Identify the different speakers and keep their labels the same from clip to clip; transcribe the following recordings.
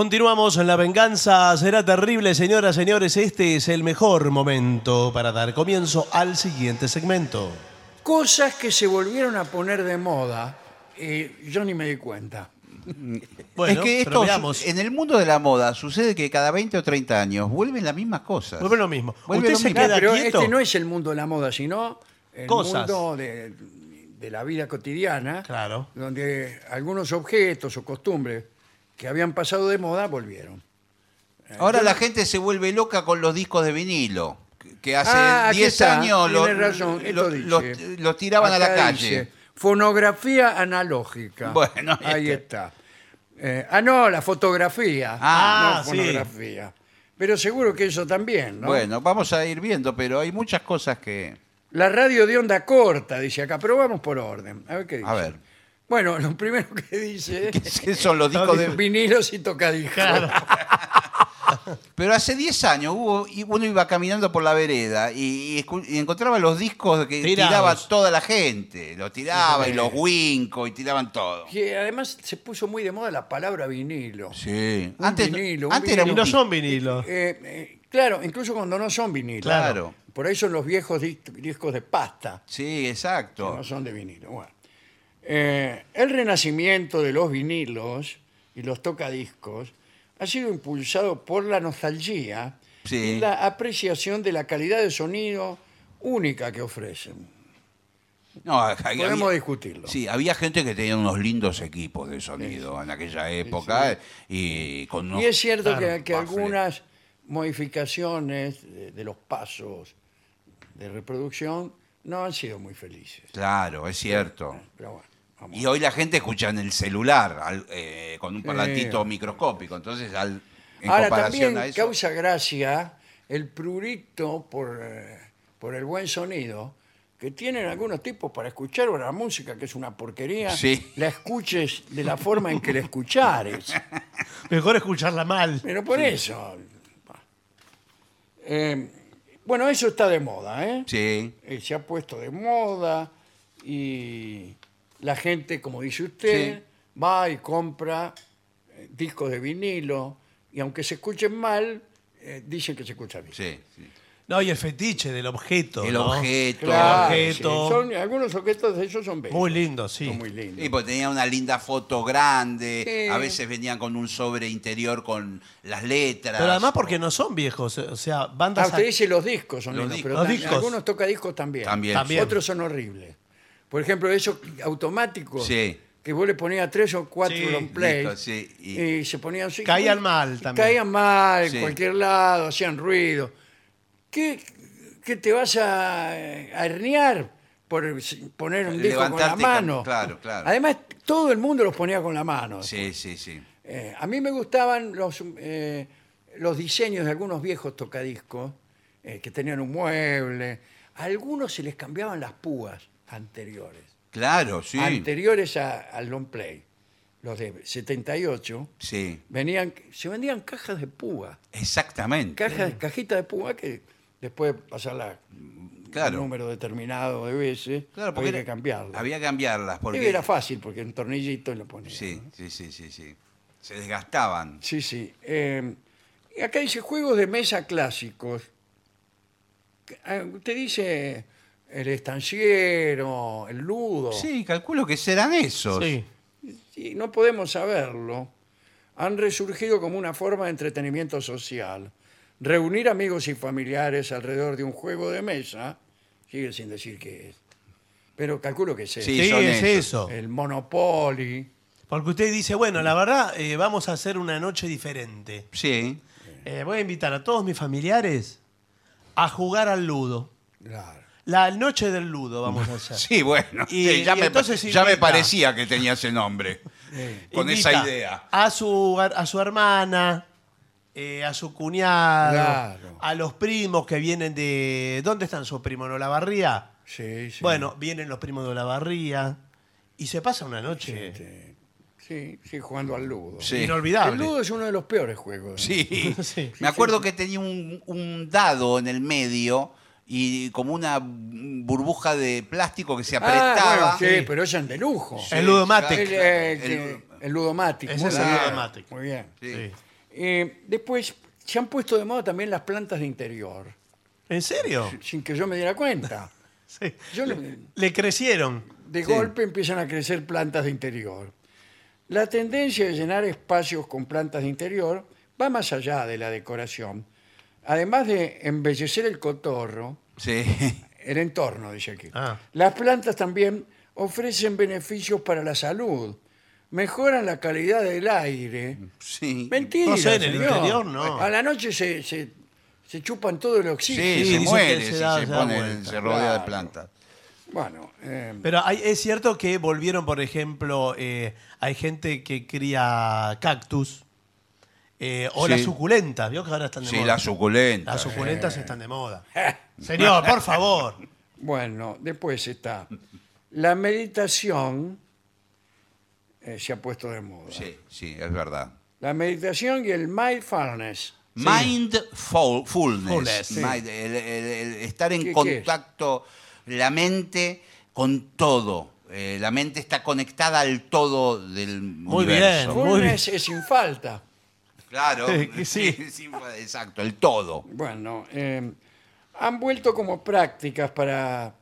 Speaker 1: Continuamos en La Venganza. Será terrible, señoras, señores. Este es el mejor momento para dar comienzo al siguiente segmento.
Speaker 2: Cosas que se volvieron a poner de moda. y yo ni me di cuenta.
Speaker 1: Bueno,
Speaker 3: es que
Speaker 1: pero
Speaker 3: esto,
Speaker 1: veamos.
Speaker 3: en el mundo de la moda, sucede que cada 20 o 30 años vuelven las mismas cosas.
Speaker 1: Vuelve lo mismo.
Speaker 3: Vuelve
Speaker 1: Usted
Speaker 3: lo
Speaker 1: se
Speaker 3: mismo.
Speaker 2: Claro,
Speaker 1: queda
Speaker 2: pero
Speaker 1: quieto.
Speaker 2: este no es el mundo de la moda, sino el
Speaker 1: Cosas.
Speaker 2: mundo de, de la vida cotidiana,
Speaker 1: Claro.
Speaker 2: donde algunos objetos o costumbres que habían pasado de moda volvieron.
Speaker 3: Ahora la gente se vuelve loca con los discos de vinilo, que- que hace
Speaker 2: Ah, aquí
Speaker 3: 10
Speaker 2: está,
Speaker 3: años
Speaker 2: tiene
Speaker 3: lo-
Speaker 2: razón, esto
Speaker 3: lo-
Speaker 2: dice.
Speaker 3: los, los tiraban a la
Speaker 2: Acá
Speaker 3: calle.
Speaker 2: dice, fonografía analógica.
Speaker 3: Bueno, ahí
Speaker 2: ahí está. Eh, ah, no, la fotografía.
Speaker 3: Ah,
Speaker 2: no,
Speaker 1: sí.
Speaker 2: fonografía. Pero seguro que eso también, ¿no?
Speaker 3: Bueno, vamos a ir viendo, pero hay muchas cosas que...
Speaker 2: La radio de onda corta, dice acá, pero vamos por orden. A ver qué dice.
Speaker 3: A ver.
Speaker 2: Bueno, lo primero que dice es
Speaker 3: que son los discos de...
Speaker 2: vinilos y tocadiscos.
Speaker 3: Pero hace 10 años hubo- y uno iba caminando por la vereda y, y escu- y encontraba los discos que
Speaker 1: Tirados.
Speaker 3: tiraba toda la gente. Los tiraba y
Speaker 2: Sí.
Speaker 3: los winco y tiraban todo.
Speaker 2: Que además se puso muy de moda la palabra vinilo.
Speaker 3: Sí.
Speaker 2: Un
Speaker 3: antes
Speaker 2: vinilo, un
Speaker 3: antes era
Speaker 1: Y
Speaker 3: un
Speaker 1: no
Speaker 3: disco.
Speaker 1: son vinilos.
Speaker 2: Eh, eh, claro, incluso cuando no son vinilos.
Speaker 3: Claro.
Speaker 2: Por ahí son los viejos dis- discos de pasta,
Speaker 3: Sí,
Speaker 2: que
Speaker 3: exacto.
Speaker 2: no son de vinilo. Bueno. Eh, el renacimiento de los vinilos y los tocadiscos ha sido impulsado por la nostalgia
Speaker 3: Sí.
Speaker 2: y la apreciación de la calidad de sonido única que ofrecen.
Speaker 3: No, había-
Speaker 2: Podemos discutirlo.
Speaker 3: Sí, había gente que tenía unos lindos equipos de sonido en aquella época y con unos
Speaker 2: Y es cierto
Speaker 3: claro,
Speaker 2: que, que
Speaker 3: baffles.
Speaker 2: algunas modificaciones de, de los pasos de reproducción no han sido muy felices.
Speaker 3: Claro, es cierto.
Speaker 2: Pero bueno, vamos.
Speaker 3: Y hoy la gente escucha en el celular al- eh, con un parlantito
Speaker 2: Sí.
Speaker 3: microscópico. Entonces, al, en
Speaker 2: Ahora
Speaker 3: comparación
Speaker 2: también
Speaker 3: a eso.
Speaker 2: causa gracia el prurito por, eh, por el buen sonido que tienen algunos tipos para escuchar una música que es una porquería,
Speaker 3: Sí.
Speaker 2: la escuches de la forma en que la escuchares.
Speaker 1: Mejor escucharla mal.
Speaker 2: Pero por eso. Eh, bueno, eso está de moda, ¿eh?
Speaker 3: Sí,
Speaker 2: eh, se ha puesto de moda y la gente, como dice usted, va y compra eh, discos de vinilo y aunque se escuchen mal, eh, dicen que se escucha bien.
Speaker 3: sí. sí.
Speaker 1: No, y el fetiche del objeto.
Speaker 3: El
Speaker 1: ¿no?
Speaker 3: objeto.
Speaker 2: Claro,
Speaker 1: El objeto.
Speaker 2: sí, son- algunos objetos de ellos son bellos.
Speaker 1: Muy lindo, sí.
Speaker 2: Son muy lindos.
Speaker 3: Y pues tenía una linda foto grande,
Speaker 2: Sí.
Speaker 3: a veces venían con un sobre interior con las letras.
Speaker 1: Pero además porque no son viejos. O sea,
Speaker 2: Ah,
Speaker 1: bandas.
Speaker 2: usted dice los discos son
Speaker 3: Los
Speaker 2: lindos,
Speaker 3: discos.
Speaker 2: pero
Speaker 1: Los
Speaker 2: tam-
Speaker 1: discos.
Speaker 2: algunos toca discos también.
Speaker 3: También.
Speaker 1: También.
Speaker 2: Otros son horribles. Por ejemplo, esos automáticos
Speaker 3: Sí.
Speaker 2: que vos le ponías tres o cuatro
Speaker 1: Sí,
Speaker 2: long play
Speaker 3: discos, sí,
Speaker 2: y,
Speaker 3: y-
Speaker 2: se ponían así.
Speaker 1: Caían
Speaker 2: y-
Speaker 1: mal
Speaker 2: y
Speaker 1: también.
Speaker 2: Caían mal, en
Speaker 3: Sí.
Speaker 2: cualquier lado, hacían ruido. ¿Qué, qué te vas a, a herniar por poner un disco con la
Speaker 3: Levantarte y cam-
Speaker 2: mano?
Speaker 3: claro, claro.
Speaker 2: Además, todo el mundo los ponía con la mano.
Speaker 3: Sí, sí, sí.
Speaker 2: Eh, a mí me gustaban los, eh, los diseños de algunos viejos tocadiscos eh, que tenían un mueble. A algunos se les cambiaban las púas anteriores,
Speaker 3: Claro, sí.
Speaker 2: anteriores a- al long play. Los de 78
Speaker 3: Sí,
Speaker 2: venían, se vendían cajas de púa,
Speaker 3: exactamente.
Speaker 2: cajas, cajitas de púa que después de pasarla un
Speaker 3: Claro.
Speaker 2: número determinado de veces,
Speaker 3: Claro, porque
Speaker 2: había
Speaker 3: era-
Speaker 2: que cambiarla.
Speaker 3: Había que cambiarlas
Speaker 2: Y
Speaker 3: porque
Speaker 2: era fácil porque un tornillito y lo ponía.
Speaker 3: Sí,
Speaker 2: ¿no?
Speaker 3: sí, sí, sí, sí. Se desgastaban.
Speaker 2: Sí, sí. Eh, y acá dice juegos de mesa clásicos. Que, ah, Usted dice el estanciero, el ludo.
Speaker 3: Sí, calculo que serán esos.
Speaker 1: Sí.
Speaker 2: Sí, no podemos saberlo. Han resurgido como una forma de entretenimiento social. Reunir amigos y familiares alrededor de un juego de mesa, sigue sin decir qué es. Pero calculo que es eso.
Speaker 3: Sí,
Speaker 1: Sí,
Speaker 3: son
Speaker 1: es eso.
Speaker 3: esos.
Speaker 2: El Monopoly.
Speaker 1: Porque usted dice, bueno, la verdad, eh, vamos a hacer una noche diferente.
Speaker 3: Sí.
Speaker 1: Eh, voy a invitar a todos mis familiares a jugar al ludo.
Speaker 2: Claro.
Speaker 1: La noche del ludo vamos a hacer.
Speaker 3: Sí, bueno.
Speaker 1: Y-
Speaker 3: sí, ya,
Speaker 1: y
Speaker 3: me,
Speaker 1: entonces
Speaker 3: ya me
Speaker 1: invita.
Speaker 3: parecía que tenía ese nombre. Con
Speaker 1: Invita
Speaker 3: esa idea.
Speaker 1: A su, a su hermana, eh, a su cuñado,
Speaker 2: Claro.
Speaker 1: a los primos que vienen de... ¿Dónde están sus primos? ¿No la barría?
Speaker 2: Sí, sí.
Speaker 1: Bueno, vienen los primos de la barría y se pasa una noche
Speaker 2: Sí, sí, jugando al ludo.
Speaker 3: Sí.
Speaker 2: El
Speaker 1: inolvidable.
Speaker 2: ludo es uno de los peores juegos.
Speaker 3: Sí.
Speaker 1: Sí.
Speaker 3: Me acuerdo que tenía un, un dado en el medio y como una burbuja de plástico que se
Speaker 2: Ah,
Speaker 3: apretaba.
Speaker 2: bueno, sí, pero es de lujo.
Speaker 1: El ludomático.
Speaker 2: El, eh, que-
Speaker 3: El-
Speaker 2: El ludomático.
Speaker 1: Ese
Speaker 2: muy
Speaker 1: es el
Speaker 2: bien,
Speaker 1: ludomático.
Speaker 2: Muy bien.
Speaker 3: Sí.
Speaker 1: Sí.
Speaker 2: Eh, después, se han puesto de moda también las plantas de interior,
Speaker 1: ¿En serio?
Speaker 2: sin que yo me diera cuenta.
Speaker 1: Sí.
Speaker 2: Yo no-
Speaker 1: Le crecieron.
Speaker 2: De
Speaker 3: Sí.
Speaker 2: golpe empiezan a crecer plantas de interior. La tendencia de llenar espacios con plantas de interior va más allá de la decoración. Además de embellecer el cotorro,
Speaker 3: Sí.
Speaker 2: el entorno, dice aquí.
Speaker 1: Ah.
Speaker 2: Las plantas también ofrecen beneficios para la salud, mejoran la calidad del aire.
Speaker 3: Sí.
Speaker 2: Mentira,
Speaker 1: No sé, en el
Speaker 2: señor.
Speaker 1: interior no.
Speaker 2: A la noche se, se- se chupan todo el oxígeno.
Speaker 3: Sí,
Speaker 1: Sí,
Speaker 3: se
Speaker 1: dicen
Speaker 3: muere,
Speaker 1: que
Speaker 3: si
Speaker 1: se
Speaker 3: se,
Speaker 1: da- se da
Speaker 3: pone-
Speaker 1: vuelta.
Speaker 3: se rodea
Speaker 2: Claro.
Speaker 3: de plantas.
Speaker 2: Bueno, eh,
Speaker 1: Pero hay- es cierto que volvieron, por ejemplo, eh, hay gente que cría cactus eh, o
Speaker 3: Sí.
Speaker 1: las suculentas. ¿Vio que ahora están de
Speaker 3: Sí,
Speaker 1: moda?
Speaker 3: la suculenta.
Speaker 1: Las suculentas están de moda. Señor, por favor.
Speaker 2: eh, Bueno, después está. La meditación eh, se ha puesto de moda.
Speaker 3: Sí, sí, es verdad.
Speaker 2: La meditación y el mindfulness.
Speaker 3: Mindfulness.
Speaker 1: Fullness, sí.
Speaker 3: Mind- el- el- el estar en
Speaker 2: ¿Qué- qué
Speaker 3: contacto, la mente con todo. Eh, la mente está conectada al todo del
Speaker 1: Muy
Speaker 3: universo.
Speaker 1: bien.
Speaker 2: Fullness es sin falta.
Speaker 3: Claro.
Speaker 1: Eh, que sí.
Speaker 3: sí, Exacto, el todo.
Speaker 2: Bueno, eh, han vuelto como prácticas para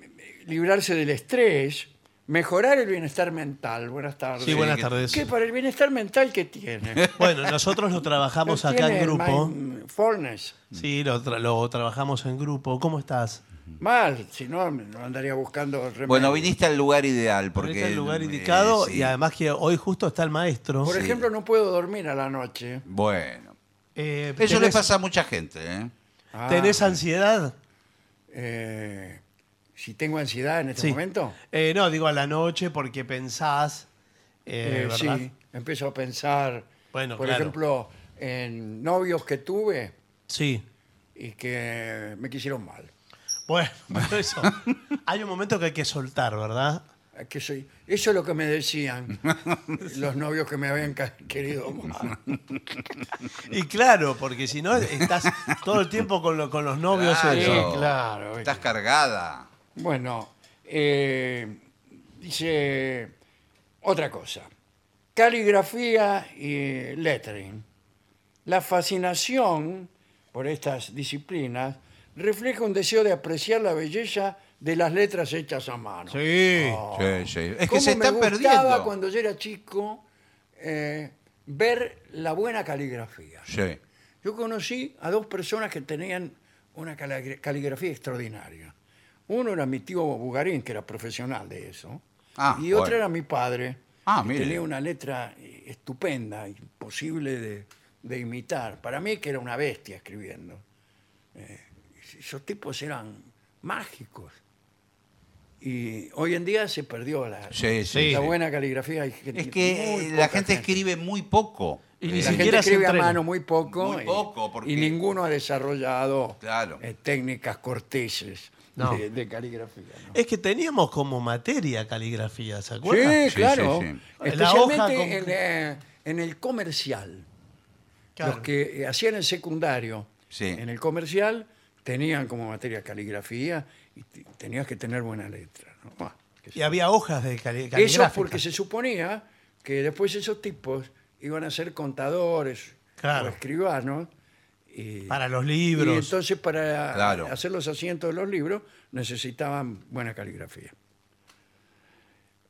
Speaker 2: eh, librarse del estrés, mejorar el bienestar mental. Buenas tardes.
Speaker 1: Sí, buenas
Speaker 3: que-
Speaker 1: tardes.
Speaker 2: ¿Qué para el bienestar mental que tiene?
Speaker 1: Bueno, nosotros lo trabajamos acá en
Speaker 2: ¿Tiene el
Speaker 1: grupo.
Speaker 2: Mindfulness.
Speaker 1: Sí, lo, tra- lo trabajamos en grupo. ¿Cómo estás?
Speaker 2: Mal, si no, no andaría buscando remedio.
Speaker 3: Bueno, viniste al lugar ideal. Porque,
Speaker 1: Porque el lugar
Speaker 3: eh,
Speaker 1: indicado
Speaker 3: sí.
Speaker 1: y además que hoy justo está el maestro.
Speaker 2: Por ejemplo, no puedo dormir a la noche.
Speaker 3: Bueno.
Speaker 1: Eh,
Speaker 3: Eso le
Speaker 1: ¿tenés-
Speaker 3: pasa a mucha gente, ¿eh?
Speaker 2: Ah,
Speaker 1: ¿Tenés ansiedad?
Speaker 2: eh, si tengo ansiedad en este
Speaker 1: Sí.
Speaker 2: momento,
Speaker 1: Eh, no, digo a la noche porque pensás, eh,
Speaker 2: eh,
Speaker 1: ¿verdad?
Speaker 2: sí, empiezo a pensar,
Speaker 1: Bueno,
Speaker 2: por
Speaker 1: claro.
Speaker 2: ejemplo, en novios que tuve
Speaker 1: Sí.
Speaker 2: y que me quisieron mal.
Speaker 1: Bueno, pero eso. Hay un momento que hay que soltar, ¿verdad?
Speaker 2: Es Que soy, eso es lo que me decían los novios que me habían ca- querido mal.
Speaker 1: Y claro, porque si no estás todo el tiempo con, lo- con los novios.
Speaker 3: Claro.
Speaker 1: eso.
Speaker 3: Sí,
Speaker 2: claro.
Speaker 3: Estás cargada.
Speaker 2: Bueno, eh, dice otra cosa. Caligrafía y lettering. La fascinación por estas disciplinas refleja un deseo de apreciar la belleza de las letras hechas a mano.
Speaker 1: Sí.
Speaker 2: Oh.
Speaker 3: Sí, sí. Es que
Speaker 2: ¿Cómo
Speaker 3: se
Speaker 2: me
Speaker 3: están
Speaker 2: gustaba
Speaker 3: perdiendo.
Speaker 2: cuando yo era chico eh, ver la buena caligrafía.
Speaker 3: Sí.
Speaker 2: Yo conocí a dos personas que tenían una cali- caligrafía extraordinaria. Uno era mi tío Bugarín, que era profesional de eso.
Speaker 3: Ah,
Speaker 2: y otro
Speaker 3: bueno.
Speaker 2: era mi padre,
Speaker 3: Ah,
Speaker 2: que
Speaker 3: mire.
Speaker 2: tenía una letra eh, estupenda, imposible de, de imitar. Para mí que era una bestia escribiendo. Eh, esos tipos eran mágicos. Y hoy en día se perdió la,
Speaker 3: Sí, sí,
Speaker 1: Sí.
Speaker 2: la
Speaker 3: sí.
Speaker 2: buena caligrafía. Hay gente-
Speaker 3: Es que
Speaker 2: muy
Speaker 3: eh, la
Speaker 2: poca
Speaker 3: gente escribe muy poco.
Speaker 1: Y
Speaker 2: la
Speaker 1: ni
Speaker 3: Eh,
Speaker 2: gente
Speaker 1: siquiera se
Speaker 2: escribe a
Speaker 1: entrena.
Speaker 2: mano muy poco.
Speaker 3: Muy
Speaker 2: y-
Speaker 3: poco, porque-
Speaker 2: Y ninguno ha desarrollado
Speaker 3: Claro.
Speaker 2: eh, técnicas corteses
Speaker 1: No.
Speaker 2: de, de caligrafía. ¿no?
Speaker 1: Es que teníamos como materia caligrafía, ¿se acuerdan?
Speaker 2: Sí,
Speaker 3: Sí,
Speaker 2: claro.
Speaker 3: sí, sí.
Speaker 1: La hoja
Speaker 2: Especialmente
Speaker 1: con-
Speaker 2: en, eh, en el comercial.
Speaker 1: Claro.
Speaker 2: Los que eh, hacían el secundario
Speaker 3: Sí.
Speaker 2: en el comercial tenían como materia caligrafía y t- tenías que tener buena letra. ¿no? Buah, qué sé
Speaker 1: Y había hojas de cali-
Speaker 2: yo. Eso
Speaker 1: caligrafía.
Speaker 2: es porque se suponía que después esos tipos iban a ser contadores
Speaker 1: Claro.
Speaker 2: o escribanos. y-
Speaker 1: Para los
Speaker 2: Y
Speaker 1: libros.
Speaker 2: entonces para
Speaker 3: Claro.
Speaker 2: hacer los asientos de los libros necesitaban buena caligrafía.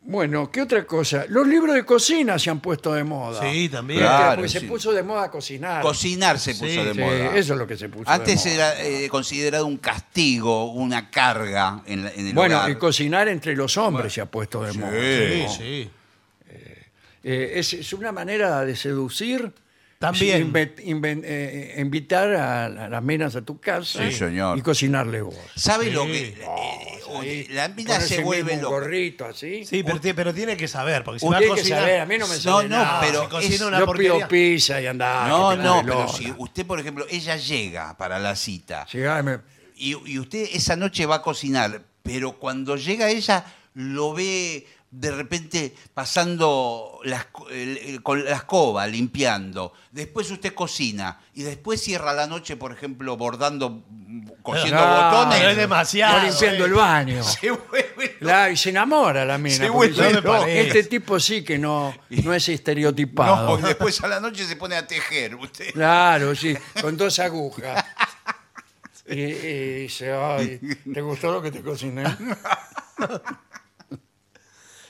Speaker 2: Bueno, ¿qué otra cosa? Los libros de cocina se han puesto de moda.
Speaker 1: Sí, también.
Speaker 3: Claro.
Speaker 2: porque se
Speaker 3: sí.
Speaker 2: puso de moda cocinar.
Speaker 3: Cocinar se puso
Speaker 1: Sí,
Speaker 3: de
Speaker 2: Sí,
Speaker 3: moda.
Speaker 2: Eso es lo que se puso
Speaker 3: Antes
Speaker 2: de moda.
Speaker 3: era eh, considerado un castigo, una carga en, la- en el
Speaker 2: Bueno,
Speaker 3: hogar.
Speaker 2: y cocinar entre los hombres se ha puesto de
Speaker 3: Sí.
Speaker 2: moda.
Speaker 1: Sí,
Speaker 3: no.
Speaker 1: sí.
Speaker 2: Eh, es, es una manera de seducir.
Speaker 1: También.
Speaker 2: es inve- inven- eh, invitar a, a las minas a tu casa
Speaker 3: Sí, señor.
Speaker 2: y cocinarle vos.
Speaker 3: ¿Sabe
Speaker 1: Sí.
Speaker 3: lo que? eh,
Speaker 2: Ahí,
Speaker 3: oye, la mina
Speaker 2: ponerse
Speaker 3: se vuelve
Speaker 2: mismo un
Speaker 3: loca.
Speaker 2: gorrito así.
Speaker 1: Sí, pero, ti- pero tiene que saber, porque si
Speaker 2: Usted
Speaker 1: va a
Speaker 2: tiene que
Speaker 1: cocinar...
Speaker 2: saber, a mí no me
Speaker 3: No,
Speaker 2: sale
Speaker 3: no,
Speaker 2: nada.
Speaker 1: Se
Speaker 3: pero
Speaker 1: cocina
Speaker 3: es-
Speaker 1: una
Speaker 2: Yo
Speaker 1: porquería.
Speaker 2: pido pizza y andá.
Speaker 3: No,
Speaker 2: que te la
Speaker 3: no,
Speaker 2: reloj.
Speaker 3: pero si usted, por ejemplo, ella llega para la cita
Speaker 2: Llegá y me-
Speaker 3: y, y usted esa noche va a cocinar, pero cuando llega ella lo ve de repente pasando la esco- el- el- con la escoba, limpiando. Después usted cocina y después cierra la noche, por ejemplo, bordando, cosiendo
Speaker 2: No,
Speaker 3: botones.
Speaker 1: pero Ah, es demasiado. eh.
Speaker 2: Está limpiando el baño.
Speaker 3: Se vuelve
Speaker 2: La- y se enamora la mina.
Speaker 3: Se
Speaker 2: porque
Speaker 3: vuelve
Speaker 2: dice,
Speaker 4: loca.
Speaker 2: "No, este tipo sí que no, no es
Speaker 3: No,
Speaker 2: estereotipado.
Speaker 3: y después a la noche se pone a tejer usted.
Speaker 2: Claro, sí, con dos agujas. Y, y dice, ay, ¿te gustó lo que te cociné?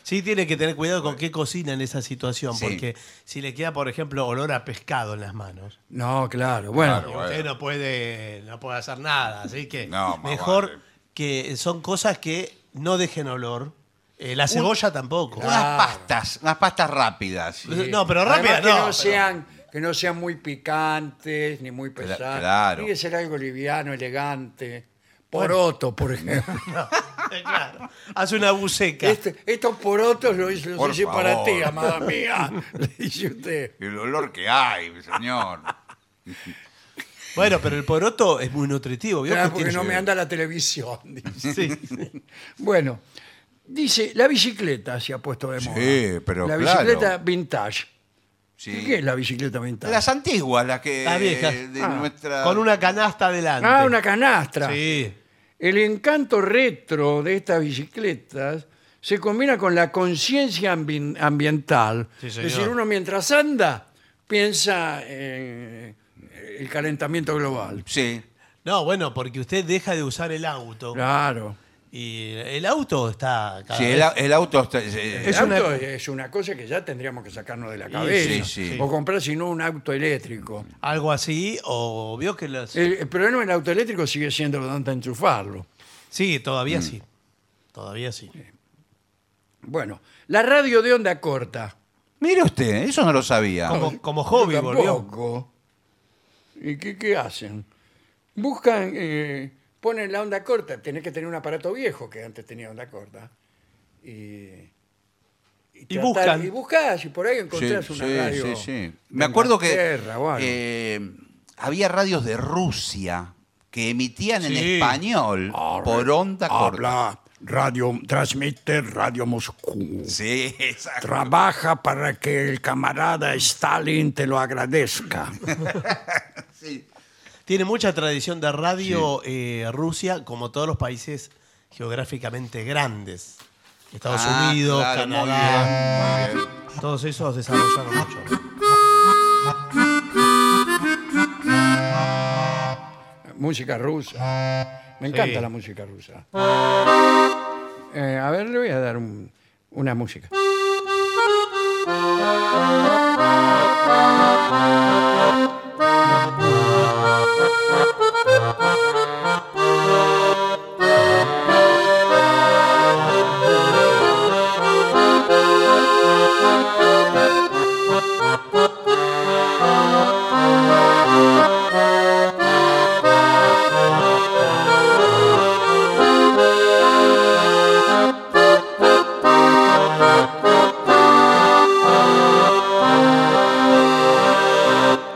Speaker 1: Sí, tiene que tener cuidado con qué cocina en esa situación,
Speaker 3: Sí.
Speaker 1: porque si le queda, por ejemplo, olor a pescado en las manos,
Speaker 2: No, claro, bueno.
Speaker 1: y
Speaker 3: Claro.
Speaker 1: usted no puede, no puede hacer nada. Así que
Speaker 3: No, más
Speaker 1: mejor
Speaker 3: vale.
Speaker 1: que son cosas que no dejen olor. Eh, la cebolla tampoco.
Speaker 3: Unas pastas, unas pastas rápidas.
Speaker 1: Eh, No, pero
Speaker 2: Además
Speaker 1: rápida
Speaker 2: que no,
Speaker 1: no.
Speaker 2: sean, que no sean muy picantes, ni muy pesadas.
Speaker 3: claro.
Speaker 2: Tiene que ser algo liviano, elegante. Poroto, por ejemplo.
Speaker 1: pero- claro. Hace una buceca.
Speaker 2: Este- estos porotos los hice, los
Speaker 3: Por
Speaker 2: hice para
Speaker 3: favor.
Speaker 2: ti, amada mía. Le dice usted.
Speaker 3: El olor que hay, señor.
Speaker 1: Bueno, pero el poroto es muy nutritivo. ¿vio?
Speaker 2: Claro,
Speaker 1: Que
Speaker 2: porque
Speaker 1: tiene-
Speaker 2: no me anda la televisión. dice.
Speaker 1: Sí.
Speaker 2: Bueno, dice, la bicicleta se ha puesto de moda.
Speaker 3: Sí, pero
Speaker 2: La
Speaker 3: claro.
Speaker 2: bicicleta vintage.
Speaker 3: Sí.
Speaker 2: ¿Qué es la bicicleta vintage?
Speaker 3: Las antiguas, las que
Speaker 1: Las viejas.
Speaker 3: de
Speaker 2: Ah,
Speaker 3: nuestra
Speaker 1: Con una canasta adelante.
Speaker 2: ah, una canastra.
Speaker 1: Sí.
Speaker 2: El encanto retro de estas bicicletas se combina con la conciencia ambi- ambiental.
Speaker 1: Sí,
Speaker 2: es
Speaker 1: señor.
Speaker 2: decir, uno mientras anda piensa en eh, el calentamiento global.
Speaker 3: Sí.
Speaker 1: No, bueno, porque usted deja de usar el auto.
Speaker 2: Claro.
Speaker 1: Y el auto está cada
Speaker 3: Sí,
Speaker 1: vez-
Speaker 3: el, au- el auto está- eh, se-
Speaker 2: El
Speaker 1: Es una-
Speaker 2: auto es una cosa que ya tendríamos que sacarnos de la cabeza.
Speaker 3: sí, sí.
Speaker 2: O comprar, si no, un auto eléctrico.
Speaker 1: algo así, o vio que los...
Speaker 2: El, el problema del auto eléctrico sigue siendo lo de enchufarlo.
Speaker 1: Sí,
Speaker 3: Mm.
Speaker 1: todavía sí. Todavía sí.
Speaker 2: Bueno, la radio de onda corta.
Speaker 3: Mire usted, eso no lo sabía.
Speaker 1: Como, como hobby
Speaker 2: Yo
Speaker 1: volvió.
Speaker 2: tampoco. ¿Y qué, qué hacen? Buscan, eh, ponen la onda corta. Tenés que tener un aparato viejo que antes tenía onda corta. Y, y tratar-
Speaker 1: buscan.
Speaker 2: Y buscás, y por ahí encontrás
Speaker 3: Sí,
Speaker 2: una
Speaker 3: sí,
Speaker 2: radio.
Speaker 3: sí, sí.
Speaker 2: de
Speaker 3: Me acuerdo que
Speaker 2: Inglaterra o algo.
Speaker 3: eh, había radios de Rusia que emitían en
Speaker 1: Sí.
Speaker 3: español
Speaker 2: Ahora
Speaker 3: por onda corta.
Speaker 2: Habla, radio, transmite Radio Moscú.
Speaker 3: Sí, exacto.
Speaker 2: Trabaja para que el camarada Stalin te lo agradezca.
Speaker 3: Sí.
Speaker 1: Tiene mucha tradición de radio eh, Rusia, como todos los países geográficamente grandes. Estados
Speaker 3: Ah,
Speaker 1: Unidos,
Speaker 3: claro, muy
Speaker 1: Canadá,
Speaker 3: bien, muy bien.
Speaker 1: todos esos desarrollaron mucho.
Speaker 2: música rusa. Me encanta
Speaker 1: Sí.
Speaker 2: la música rusa. Eh, a ver, le voy a dar un- una música.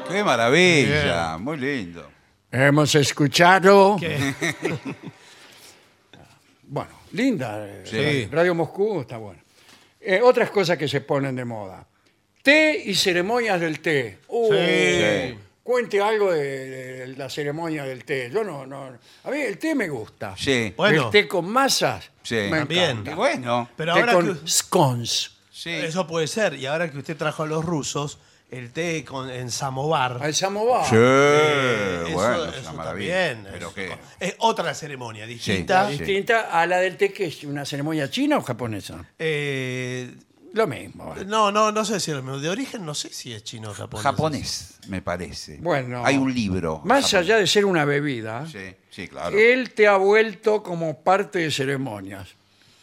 Speaker 3: Qué maravilla, muy lindo.
Speaker 2: Hemos escuchado.
Speaker 1: ¿Qué?
Speaker 2: Bueno, linda. eh,
Speaker 3: Sí.
Speaker 2: Radio Moscú está bueno. Eh, otras cosas que se ponen de moda. Té y ceremonias del té. Uh,
Speaker 1: Sí.
Speaker 2: Cuente algo de, de la ceremonia del té. Yo no, no. A mí el té me gusta.
Speaker 3: Sí,
Speaker 1: Bueno.
Speaker 2: el té con masas.
Speaker 3: Sí.
Speaker 2: me
Speaker 1: También.
Speaker 2: encanta.
Speaker 3: y bueno,
Speaker 1: Pero
Speaker 2: té
Speaker 1: ahora
Speaker 2: con
Speaker 1: que,
Speaker 2: scones.
Speaker 3: sí.
Speaker 1: eso puede ser, y ahora que usted trajo a los rusos, el té con, en
Speaker 2: Al
Speaker 1: samovar.
Speaker 2: samovar.
Speaker 3: Sí,
Speaker 1: eh, eso-
Speaker 3: bueno, es
Speaker 1: eso
Speaker 3: una maravilla.
Speaker 1: también
Speaker 3: Pero
Speaker 1: es-
Speaker 3: qué-
Speaker 1: es otra ceremonia distinta.
Speaker 3: Sí.
Speaker 2: distinta a la del té, que es una ceremonia china o japonesa.
Speaker 1: Eh,
Speaker 2: Lo mismo. vale.
Speaker 1: no, no, no sé si es lo mismo. De origen no sé si es chino o japonés.
Speaker 3: japonés, me parece.
Speaker 2: Bueno.
Speaker 3: hay un libro.
Speaker 2: Más
Speaker 3: japonés.
Speaker 2: allá de ser una bebida,
Speaker 3: Sí, sí, claro.
Speaker 1: Eh,
Speaker 2: el té ha vuelto como parte de ceremonias.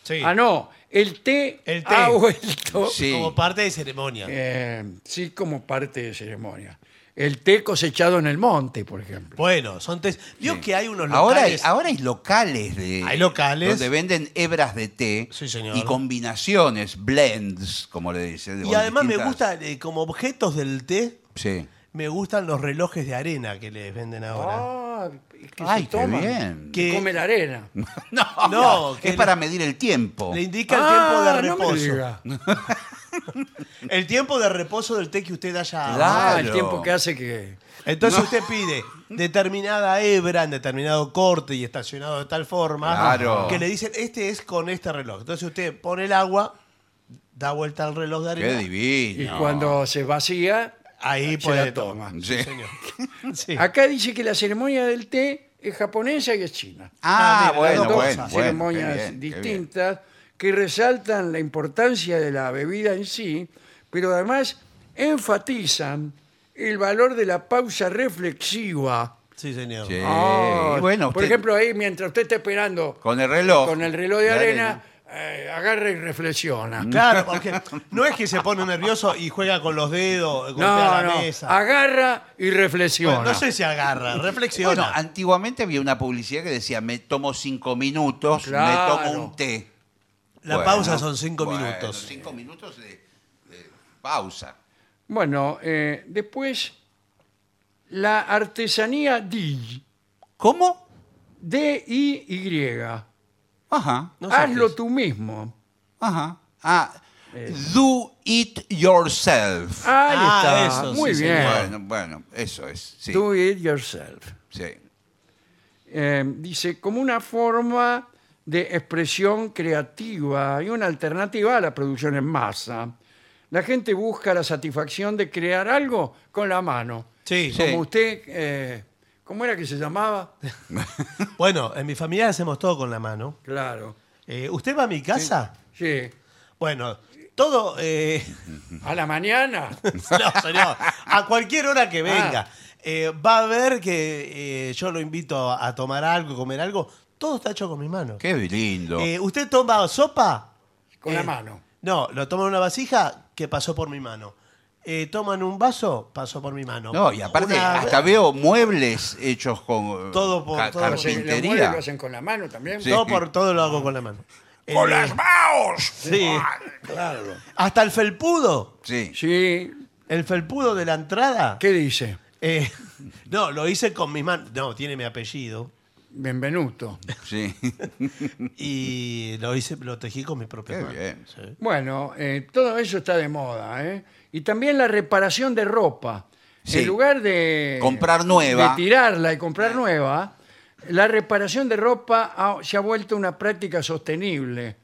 Speaker 1: Sí.
Speaker 2: Ah, no, el té,
Speaker 1: El té.
Speaker 2: ha vuelto,
Speaker 3: Sí.
Speaker 1: Como parte de ceremonia.
Speaker 2: eh, sí, como parte de ceremonias. El té cosechado en el monte, por ejemplo.
Speaker 1: Bueno, son tés. Vio que hay unos
Speaker 3: Ahora hay,
Speaker 1: locales.
Speaker 3: ahora hay locales de
Speaker 1: Hay locales.
Speaker 3: donde venden hebras de té
Speaker 1: Sí, señor.
Speaker 3: y combinaciones, blends, como le dicen.
Speaker 1: y además me gustan, eh, como objetos del té,
Speaker 3: Sí.
Speaker 1: me gustan los relojes de arena que les venden
Speaker 3: Oh.
Speaker 1: ahora.
Speaker 2: Ah, que se
Speaker 3: Ay, qué
Speaker 2: toman,
Speaker 3: bien.
Speaker 1: Que-
Speaker 2: que come la arena.
Speaker 3: No,
Speaker 1: No,
Speaker 3: es
Speaker 1: que
Speaker 3: para medir el tiempo.
Speaker 1: Le indica
Speaker 2: Ah,
Speaker 1: el
Speaker 2: no me
Speaker 1: tiempo de reposo.
Speaker 2: diga.
Speaker 1: El tiempo de reposo del té que usted haya...
Speaker 3: Claro.
Speaker 2: Ah, el tiempo que hace que...
Speaker 1: Entonces
Speaker 3: No.
Speaker 1: usted pide determinada hebra en determinado corte y estacionado de tal forma
Speaker 3: Claro.
Speaker 1: que le dicen, este es con este reloj. Entonces usted pone el agua, da vuelta al reloj de
Speaker 3: Qué
Speaker 1: arena.
Speaker 3: divino.
Speaker 2: Y cuando se vacía,
Speaker 1: Ahí
Speaker 2: se
Speaker 1: puede
Speaker 2: la toma.
Speaker 1: tomar. Sí,
Speaker 3: Sí.
Speaker 1: señor. Sí.
Speaker 2: Acá dice que la ceremonia del té es japonesa y es china.
Speaker 1: Ah,
Speaker 3: Ah,
Speaker 1: mira,
Speaker 3: bueno,
Speaker 1: las dos
Speaker 3: bueno,
Speaker 1: cosas.
Speaker 3: bueno,
Speaker 2: ceremonias
Speaker 3: qué bien, qué bien.
Speaker 2: distintas que resaltan la importancia de la bebida en sí, pero además enfatizan el valor de la pausa reflexiva.
Speaker 1: Sí, señor.
Speaker 3: Sí.
Speaker 2: Ah,
Speaker 3: Y bueno,
Speaker 2: por
Speaker 3: usted-
Speaker 2: ejemplo, ahí mientras usted está esperando
Speaker 3: Con el reloj.
Speaker 2: con el reloj de arena, eh, agarra y reflexiona.
Speaker 1: Claro, porque no es que se pone nervioso y juega con los dedos, golpea
Speaker 2: No,
Speaker 1: la
Speaker 2: no,
Speaker 1: mesa.
Speaker 2: agarra y reflexiona.
Speaker 1: Bueno, no sé si agarra, reflexiona.
Speaker 3: Bueno, antiguamente había una publicidad que decía, me tomo cinco minutos,
Speaker 2: Claro.
Speaker 3: me tomo un té.
Speaker 1: la
Speaker 3: Bueno,
Speaker 1: pausa son cinco
Speaker 3: bueno,
Speaker 1: minutos.
Speaker 3: Cinco minutos de, de pausa.
Speaker 2: Bueno, eh, después, la artesanía DIY,
Speaker 3: ¿Cómo?
Speaker 2: D-I-Y.
Speaker 3: Ajá,
Speaker 1: No sé
Speaker 2: Hazlo
Speaker 1: qué es.
Speaker 2: tú mismo.
Speaker 3: ajá. Ah, do it yourself.
Speaker 2: Ahí
Speaker 1: Ah,
Speaker 2: está.
Speaker 1: eso,
Speaker 2: Muy
Speaker 1: sí,
Speaker 2: bien.
Speaker 3: Bueno, bueno, eso es. Sí,
Speaker 2: Do it yourself.
Speaker 3: sí.
Speaker 2: Eh, dice, como una forma de expresión creativa y una alternativa a la producción en masa. La gente busca la satisfacción de crear algo con la mano.
Speaker 1: Sí.
Speaker 3: Sí.
Speaker 2: Como usted, eh, ¿cómo era que se llamaba?
Speaker 1: Bueno, en mi familia hacemos todo con la mano.
Speaker 2: Claro.
Speaker 1: Eh, ¿Usted va a mi casa?
Speaker 2: Sí.
Speaker 1: Bueno, todo... eh,
Speaker 2: A la mañana.
Speaker 1: No, señor. A cualquier hora que venga.
Speaker 3: Ah.
Speaker 1: Eh, va a ver que eh, yo lo invito a tomar algo, comer algo. Todo está hecho con mis manos.
Speaker 3: Qué lindo.
Speaker 1: Eh, ¿Usted toma sopa?
Speaker 2: Con
Speaker 1: Eh,
Speaker 2: la mano.
Speaker 1: No, lo toma en una vasija que pasó por mi mano. Eh, toman un vaso, pasó por mi mano.
Speaker 3: no, y aparte,
Speaker 1: Una-
Speaker 3: hasta veo muebles hechos con eh,
Speaker 1: Todo por- todo por-
Speaker 2: Los- los
Speaker 3: carpintería.
Speaker 2: muebles Lo hacen con la mano también.
Speaker 3: Sí.
Speaker 1: Todo por todo lo hago con la mano. Eh,
Speaker 3: ¡Con las manos!
Speaker 1: Sí.
Speaker 2: Claro.
Speaker 1: Hasta el felpudo.
Speaker 3: Sí.
Speaker 2: Sí.
Speaker 1: El felpudo de la entrada.
Speaker 2: ¿Qué dice?
Speaker 1: Eh, no, lo hice con mis manos. No, tiene mi apellido.
Speaker 2: Benvenuto.
Speaker 3: Sí.
Speaker 1: Y lo hice, lo tejí con mis propias
Speaker 3: Qué
Speaker 1: manos.
Speaker 3: bien.
Speaker 1: Sí.
Speaker 2: Bueno, eh, todo eso está de moda, ¿eh? Y también la reparación de ropa.
Speaker 3: Sí.
Speaker 2: En lugar de...
Speaker 3: Comprar nueva.
Speaker 2: De tirarla y comprar nueva, la reparación de ropa ha- se ha vuelto una práctica sostenible.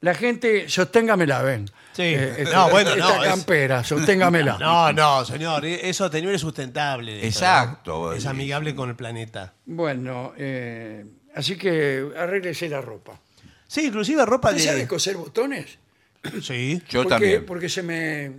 Speaker 2: La gente, sosténgamela, ven. Eh,
Speaker 1: Sí.
Speaker 2: esta,
Speaker 1: No, bueno,
Speaker 2: esta
Speaker 1: no, es-
Speaker 2: campera, sosténgamela.
Speaker 1: No, no, señor, eh, es sostenible y sustentable. eso, ¿no?
Speaker 3: Exacto. eh.
Speaker 1: Es amigable con el planeta.
Speaker 2: Bueno, eh, así que arréglese la ropa.
Speaker 1: Sí, inclusive ropa
Speaker 2: ¿Usted sabe
Speaker 1: de...
Speaker 2: coser botones?
Speaker 1: Sí.
Speaker 3: Yo
Speaker 2: Porque-
Speaker 3: también.
Speaker 2: Porque se me...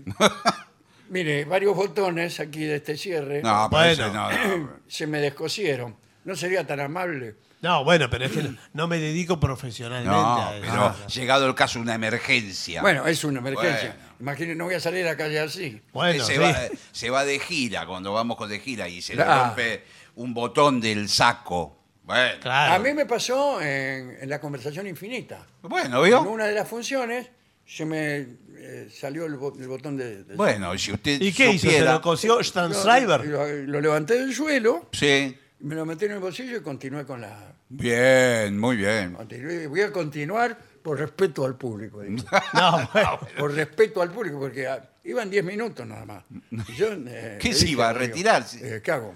Speaker 2: Mire, varios botones aquí de este cierre.
Speaker 3: No,
Speaker 1: Bueno.
Speaker 3: parece, no, no.
Speaker 2: se me descosieron. No sería tan amable.
Speaker 1: No, bueno, pero es que no- no me dedico profesionalmente
Speaker 3: No,
Speaker 1: a eso. Ah,
Speaker 3: pero llegado el caso, una emergencia.
Speaker 2: Bueno, es una emergencia.
Speaker 3: Bueno.
Speaker 2: Imagínense, no voy a salir a la calle así.
Speaker 1: Bueno,
Speaker 3: se,
Speaker 1: sí.
Speaker 3: va, eh. se va de gira, cuando vamos con de gira y se
Speaker 2: Claro.
Speaker 3: le rompe un botón del saco. Bueno,
Speaker 1: Claro.
Speaker 2: A mí me pasó en, en la conversación infinita.
Speaker 3: bueno
Speaker 2: En
Speaker 3: ¿vio?
Speaker 2: una de las funciones se me eh, salió el, bo- el botón de... de-
Speaker 3: Bueno, si usted
Speaker 1: ¿Y qué hizo? ¿Se
Speaker 3: supiera-
Speaker 1: lo coció
Speaker 2: Lo-
Speaker 1: Stanzreiber?
Speaker 2: Lo, lo levanté del suelo,
Speaker 3: Sí,
Speaker 2: me lo metí en el bolsillo y continué con la...
Speaker 3: bien, muy bien.
Speaker 2: continué. Voy a continuar por respeto al público. digo.
Speaker 1: No, bueno.
Speaker 2: por respeto al público, porque ah, iban 10 minutos nada más. Y yo, eh,
Speaker 3: ¿Qué
Speaker 2: le
Speaker 3: se iba a
Speaker 2: digo,
Speaker 3: retirarse?
Speaker 2: eh, ¿Qué hago?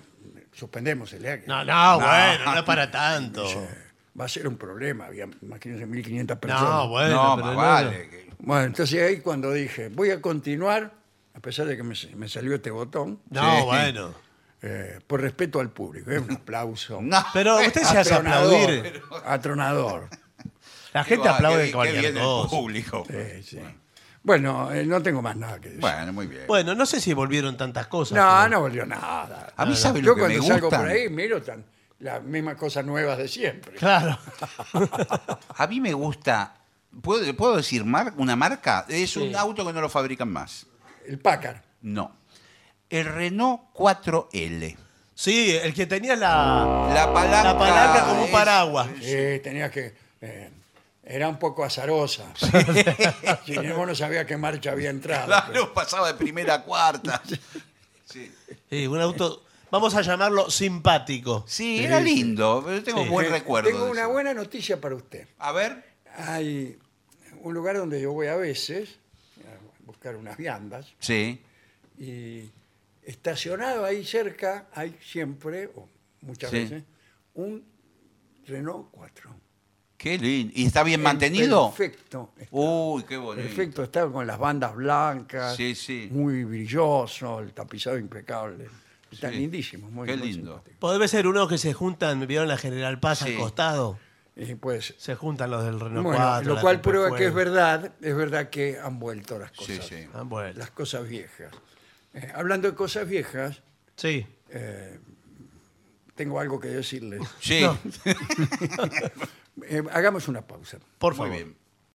Speaker 2: Suspendemos el acto.
Speaker 1: No,
Speaker 2: Eh,
Speaker 1: no, bueno, no es para tanto.
Speaker 2: Va a ser un problema, había, imagínense, 1.500 personas.
Speaker 1: No, bueno,
Speaker 3: no,
Speaker 1: pero
Speaker 3: más
Speaker 1: no,
Speaker 3: vale. que-
Speaker 2: Bueno, entonces ahí cuando dije, voy a continuar, a pesar de que me, me salió este botón,
Speaker 1: no. No,
Speaker 3: Sí.
Speaker 1: bueno.
Speaker 2: eh, por respeto al público, es un aplauso.
Speaker 3: No.
Speaker 1: Pero usted se hace
Speaker 2: Atronador,
Speaker 1: aplaudir.
Speaker 2: Atronador.
Speaker 1: La gente
Speaker 3: Qué va,
Speaker 1: aplaude
Speaker 3: qué- qué
Speaker 1: cualquier
Speaker 3: bien el
Speaker 1: cosa.
Speaker 3: público.
Speaker 2: Eh, sí. Bueno, eh, no tengo más nada que decir.
Speaker 3: Bueno, muy bien.
Speaker 1: Bueno, no sé si volvieron tantas cosas.
Speaker 2: no,
Speaker 1: pero-
Speaker 2: no volvió nada.
Speaker 3: a mí sabe
Speaker 2: Yo
Speaker 3: lo que
Speaker 2: cuando
Speaker 3: me
Speaker 2: salgo
Speaker 3: gusta.
Speaker 2: por ahí miro tan, las mismas cosas nuevas de siempre.
Speaker 1: Claro.
Speaker 3: A mí me gusta. ¿Puedo, puedo decir mar- una marca? Es un auto que no lo fabrican más.
Speaker 2: El Packard.
Speaker 3: No. El Renault 4L.
Speaker 1: Sí, el que tenía la...
Speaker 3: La palanca.
Speaker 1: La palanca como un
Speaker 3: Ah, es-
Speaker 1: paraguas.
Speaker 2: Sí, tenías que... eh, era un poco azarosa. Sin embargo, no sabía qué marcha había entrado.
Speaker 3: Claro, pasaba de primera a cuarta. Sí,
Speaker 1: Sí, un auto... Vamos a llamarlo simpático.
Speaker 3: Sí, era lindo. pero Tengo
Speaker 1: Sí.
Speaker 3: un buen
Speaker 2: Eh,
Speaker 3: recuerdo.
Speaker 2: Tengo
Speaker 3: de
Speaker 2: una
Speaker 3: eso.
Speaker 2: buena noticia para usted.
Speaker 3: A ver.
Speaker 2: Hay un lugar donde yo voy a veces, a bus- buscar unas viandas
Speaker 3: Sí.
Speaker 2: y estacionado ahí cerca hay siempre, o muchas
Speaker 3: Sí.
Speaker 2: veces, un Renault 4.
Speaker 3: Qué lindo. ¿Y está bien mantenido?
Speaker 2: Perfecto. está.
Speaker 3: Uy, qué bonito.
Speaker 2: Perfecto, está con las bandas blancas,
Speaker 3: Sí, sí.
Speaker 2: muy brilloso, el tapizado impecable. Está
Speaker 3: Sí.
Speaker 2: lindísimo, muy
Speaker 3: Qué
Speaker 2: muy
Speaker 3: lindo.
Speaker 2: simpático.
Speaker 1: Podría ser uno que se juntan, vieron la General Paz
Speaker 3: Sí.
Speaker 1: al costado.
Speaker 2: Eh, puede ser.
Speaker 1: Se juntan los del Renault
Speaker 2: Bueno,
Speaker 1: 4.
Speaker 2: lo
Speaker 1: la
Speaker 2: cual
Speaker 1: Copa
Speaker 2: prueba
Speaker 1: Fuego.
Speaker 2: que es verdad, es verdad que han vuelto las
Speaker 3: Sí,
Speaker 2: cosas,
Speaker 3: sí.
Speaker 1: Ah, bueno.
Speaker 2: las cosas viejas. Eh, hablando de cosas viejas,
Speaker 1: Sí.
Speaker 2: tengo algo que decirles.
Speaker 3: Sí,
Speaker 1: No.
Speaker 2: Eh, hagamos una pausa.
Speaker 1: Por
Speaker 3: muy
Speaker 1: favor.
Speaker 3: bien.